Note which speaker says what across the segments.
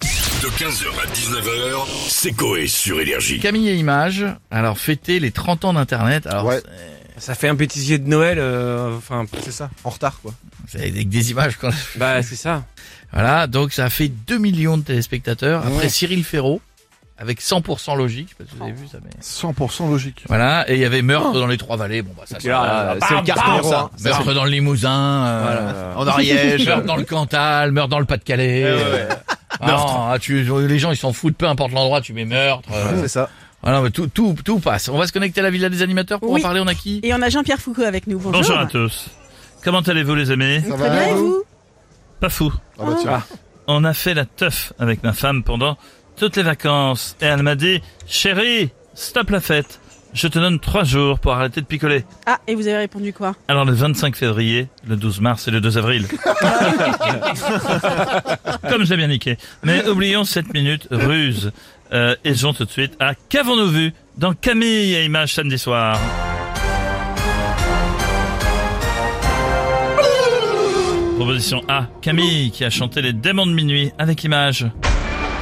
Speaker 1: De 15h à 19h, c'est Coé sur Énergie.
Speaker 2: Camille et Images, alors fêter les 30 ans d'Internet, alors
Speaker 3: Ouais.
Speaker 2: c'est-
Speaker 4: Ça fait un pétisier de Noël, euh, enfin, c'est ça, en retard quoi.
Speaker 2: c'est avec des images quand
Speaker 4: Bah, c'est ça.
Speaker 2: Voilà, donc ça a fait 2 millions de téléspectateurs, après
Speaker 3: Ouais.
Speaker 2: Cyril Ferraud, avec 100% logique, parce que vous avez vu ça, mais...
Speaker 3: 100% logique.
Speaker 2: Voilà, et il y avait Meurtre dans les Trois-Vallées, bon bah ça
Speaker 4: Puis
Speaker 2: c'est...
Speaker 4: là,
Speaker 5: Ah, c'est le carton, hein.
Speaker 4: bam,
Speaker 5: ça.
Speaker 4: ça.
Speaker 2: Meurtre dans le Limousin, euh,
Speaker 5: En Ariège.
Speaker 2: meurtre dans le Cantal, meurtre dans le Pas-de-Calais... euh, ah non, ah, tu, les gens ils s'en foutent, peu importe l'endroit, tu mets meurtre. euh,
Speaker 3: C'est ça.
Speaker 2: voilà, mais tout, tout, tout passe. On va se connecter à la Villa des Animateurs pour
Speaker 6: Oui.
Speaker 2: en parler, on a qui
Speaker 6: Et on a Jean-Pierre Foucault avec nous. Bonjour.
Speaker 7: à tous. Comment allez-vous les amis
Speaker 3: Ça
Speaker 6: Très bien, et vous
Speaker 7: Pas fou.
Speaker 3: Ah bah tiens.
Speaker 7: On a fait la teuf avec ma femme pendant toutes les vacances et elle m'a dit chérie, stop la fête. Je te donne trois jours pour arrêter de picoler.
Speaker 6: Ah, et vous avez répondu quoi
Speaker 7: Alors le 25 février, le 12 mars et le 2 avril. Comme j'ai bien niqué. Mais oublions cette minute ruse Euh, et j'en tout de suite à Qu'avons-nous vu dans Camille et Images samedi soir. Proposition A. Camille qui a chanté Les démons de minuit avec Images.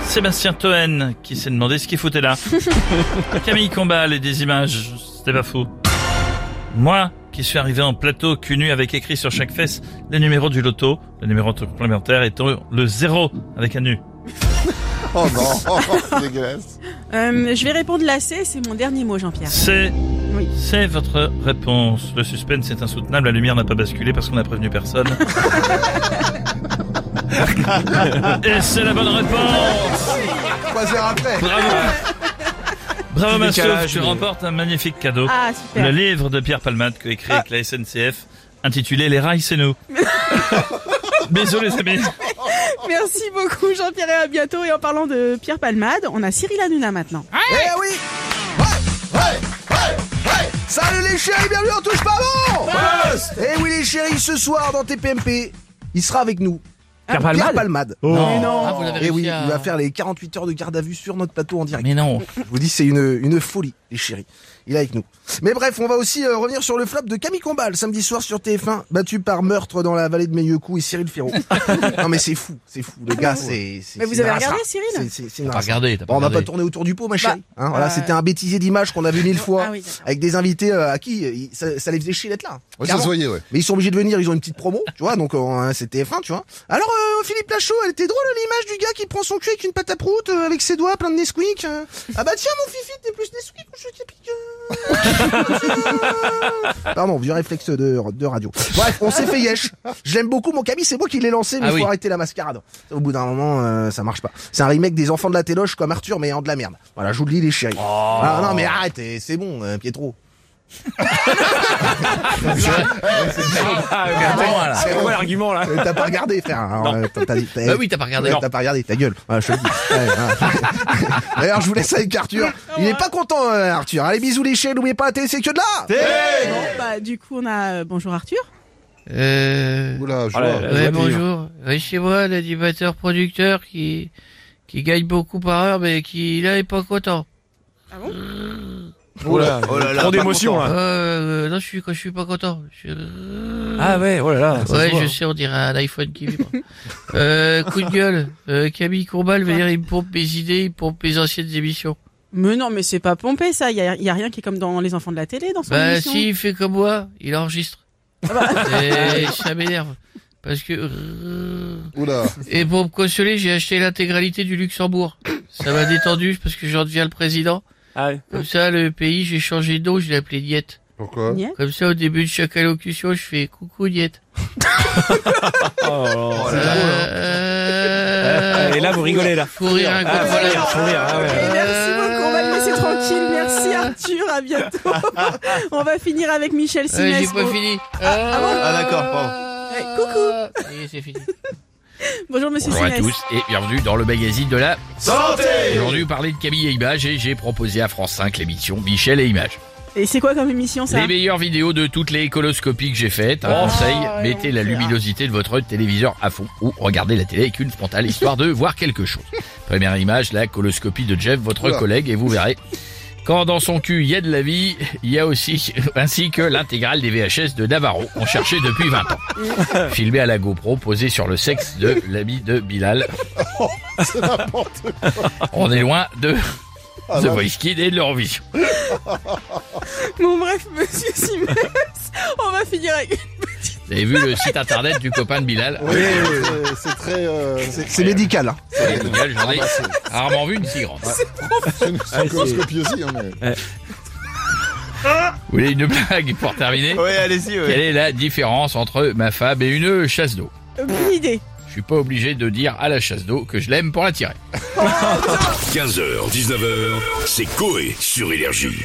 Speaker 7: Sébastien Toen qui s'est demandé ce qu'il foutait là. Camille Combal et des images, c'était pas fou. Moi, qui suis arrivé en plateau cul nu avec écrit sur chaque fesse les numéros du loto, le numéro complémentaire étant le 0 avec un nu.
Speaker 3: Oh non, dégueulasse.
Speaker 6: Euh, Je vais répondre la C, c'est mon dernier mot, Jean-Pierre.
Speaker 7: C'est,
Speaker 6: Oui.
Speaker 7: c'est votre réponse. Le suspense est insoutenable, la lumière n'a pas basculé parce qu'on n'a prévenu personne. Et c'est la bonne réponse
Speaker 3: Trois heures après.
Speaker 7: Bravo Bravo
Speaker 4: Petit
Speaker 7: Massouf,
Speaker 4: décalage,
Speaker 7: tu
Speaker 4: mais-
Speaker 7: remportes un magnifique cadeau.
Speaker 6: Ah,
Speaker 7: Le
Speaker 6: super. Ah.
Speaker 7: livre de Pierre Palmade que écrit avec la SNCF, intitulé Les rails, c'est nous. Bisous les amis.
Speaker 6: Merci beaucoup, Jean-Pierre, et à bientôt. Et en parlant de Pierre Palmade, on a Cyril Hanouna maintenant.
Speaker 3: Eh oui Ouais, ouais, ouais, ouais. Salut les chéris, bienvenue, on touche pas bon Eh oui les chéris, ce soir dans TPMP, il sera avec nous.
Speaker 4: Pierre
Speaker 3: Pierre
Speaker 4: Palmade
Speaker 3: Palmade.
Speaker 2: Mais non. Ah, vous l'avez
Speaker 3: Eh oui,
Speaker 2: réussi à-
Speaker 3: il va faire Ah, les 48 heures de garde à vue sur notre plateau en direct.
Speaker 2: Mais non,
Speaker 3: Je vous dis, c'est une, une folie, les chéris. Il est avec nous. Mais bref, on va aussi euh, revenir sur le flop de Camille Combal, samedi soir sur TF1, battu par meurtre dans la vallée de Meilleucou et Cyril Ferraud. non mais c'est fou, c'est fou, les gars, c'est... c'est-
Speaker 6: Mais vous
Speaker 3: c'est une race
Speaker 6: avez regardé,
Speaker 3: rare.
Speaker 6: Cyril
Speaker 3: C'est- c'est- c'est une
Speaker 2: t'as pas
Speaker 3: race
Speaker 2: regardé, t'as
Speaker 3: Bon, on va pas
Speaker 2: regardé.
Speaker 3: tourner autour du pot, ma chérie. Hein, voilà,
Speaker 6: euh,
Speaker 3: c'était un bêtisier d'images qu'on a vu mille fois
Speaker 6: Ah oui, d'accord.
Speaker 3: avec des invités euh, à qui euh, ils- ça, ça les faisait chier d'être là. Clairement.
Speaker 5: ouais.
Speaker 3: Mais ils sont obligés de venir, ils ont une petite promo, tu vois, donc euh, c'est TF1, tu vois. Alors, euh, Philippe Lachaud, elle était drôle l'image du gars qui prend son cul avec une pâte à prout, euh, avec ses doigts plein de Nesquik. euh. Ah bah tiens, mon fifi, t'es plus Nesquik ou je t'ai piqué euh. Pardon, vieux réflexe de, de radio. Bref, on s'est fait yesh. Je l'aime beaucoup, mon Camille, c'est moi qui l'ai lancé, mais
Speaker 2: Ah
Speaker 3: faut
Speaker 2: oui.
Speaker 3: arrêter la mascarade. Au bout d'un moment, euh, ça marche pas. C'est un remake des enfants de la téloche comme Arthur, mais en de la merde. Voilà, je vous le dis, les chéris.
Speaker 2: Oh.
Speaker 3: Ah, non, mais arrête, eh, c'est bon, euh, Pietro.
Speaker 4: Ah,
Speaker 2: Ah,
Speaker 4: ouais.
Speaker 2: bon, voilà.
Speaker 4: C'est quoi l'argument là
Speaker 3: Euh, T'as pas regardé, frère. hein, euh, t'as- t'as- t'as-
Speaker 2: Bah oui, t'as pas regardé.
Speaker 3: Ouais, T'as pas regardé, ta gueule. Ouais, je te le dis. Ouais, ouais. D'ailleurs, je vous laisse avec Arthur. Il est pas content, euh, Arthur. Allez, bisous les chiens, n'oubliez pas la télé, c'est que de là
Speaker 6: Bon, bah, du coup, on a. euh, Bonjour, Arthur.
Speaker 2: Euh,
Speaker 5: Oula, je vois.
Speaker 4: Ah, là, là.
Speaker 2: ouais,
Speaker 4: doit
Speaker 2: bonjour. Oui, c'est moi, l'animateur producteur qui, qui gagne beaucoup par heure, mais qui, là, est pas content.
Speaker 4: Oh là,
Speaker 5: Oh là là,
Speaker 4: trop
Speaker 5: pas
Speaker 4: d'émotion là.
Speaker 2: Euh, non, je suis, quand je suis pas content. Je-
Speaker 4: Ah ouais, oh là là. ça
Speaker 2: ouais,
Speaker 4: se voit.
Speaker 2: je sais, on dirait un iPhone qui vibre. euh, coup de gueule. Euh, Camille Combal, veut dire, il me pompe mes idées, il me pompe mes anciennes émissions.
Speaker 6: Mais non, mais c'est pas pompé, ça. Il y a, il y a rien qui est comme dans Les Enfants de la télé, dans son
Speaker 2: Bah
Speaker 6: émission. Ah bah.
Speaker 2: si, il fait comme moi, il enregistre. Et ça m'énerve. Parce euh, que...
Speaker 5: Oula.
Speaker 2: Et pour me consoler, j'ai acheté l'intégralité du Luxembourg. Ça m'a détendu parce que j'en deviens le président.
Speaker 4: Ah ouais.
Speaker 2: Comme ça, le pays, j'ai changé de nom, je l'ai appelé Niette.
Speaker 5: Pourquoi
Speaker 6: Niette.
Speaker 2: Comme ça, au début de chaque allocution, je fais coucou Niette.
Speaker 4: Oh là là.
Speaker 5: Oh
Speaker 2: Euh,
Speaker 5: là là.
Speaker 2: euh,
Speaker 4: Ah, Et là, vous rigolez là.
Speaker 2: faut rire hein, un coup.
Speaker 4: Ah,
Speaker 2: voilà.
Speaker 4: faut rire, ah ouais.
Speaker 6: Et Merci beaucoup, on va le laisser tranquille. Merci Arthur, à bientôt. on va finir avec Michel
Speaker 2: Euh, j'ai
Speaker 6: Simès.
Speaker 2: pas fini. Ah,
Speaker 5: d'accord,
Speaker 2: pardon. coucou. Oui, c'est fini.
Speaker 6: Eh, Bonjour Monsieur
Speaker 2: Bonjour à
Speaker 6: Simès.
Speaker 2: tous et bienvenue dans le magazine de la
Speaker 5: Santé
Speaker 2: Aujourd'hui, parler de Camille et Images et j'ai proposé à France 5 l'émission Michel et Images.
Speaker 6: Et c'est quoi comme émission ça
Speaker 2: Les meilleures vidéos de toutes les coloscopies que j'ai faites. Un
Speaker 3: Oh,
Speaker 2: conseil, mettez la luminosité de votre téléviseur à fond ou regardez la télé avec une frontale histoire de voir quelque chose. Première image, la coloscopie de Jeff, votre
Speaker 5: Oula.
Speaker 2: collègue, et vous verrez. Quand dans son cul il y a de la vie, il y a aussi, ainsi que l'intégrale des VHS de Navarro, qu'on cherchait depuis 20 ans. Filmé à la GoPro, posé sur le sexe de l'ami de Bilal.
Speaker 3: Oh, C'est n'importe quoi.
Speaker 2: On est loin de
Speaker 3: Ah,
Speaker 2: The
Speaker 3: non.
Speaker 2: Voice Kid et de l'Eurovision.
Speaker 6: Bon, bref, monsieur Simès, on va finir avec.
Speaker 2: Vous avez vu le site internet du copain de Bilal
Speaker 3: Oui, c'est- c'est très. euh, c'est- c'est médical. Hein.
Speaker 2: Ouais, Google, J'en ai rarement vu une si grande.
Speaker 4: Allez,
Speaker 3: C'est coloscopie aussi. Hein, mais...
Speaker 2: Vous voulez une blague pour terminer
Speaker 5: Oui, allez-y, ouais.
Speaker 2: Quelle est la différence entre ma fab et une chasse d'eau
Speaker 6: Aucune idée.
Speaker 2: Je suis pas obligé de dire à la chasse d'eau que je l'aime pour la tirer.
Speaker 1: 15h, 19h, c'est Coé sur Énergie.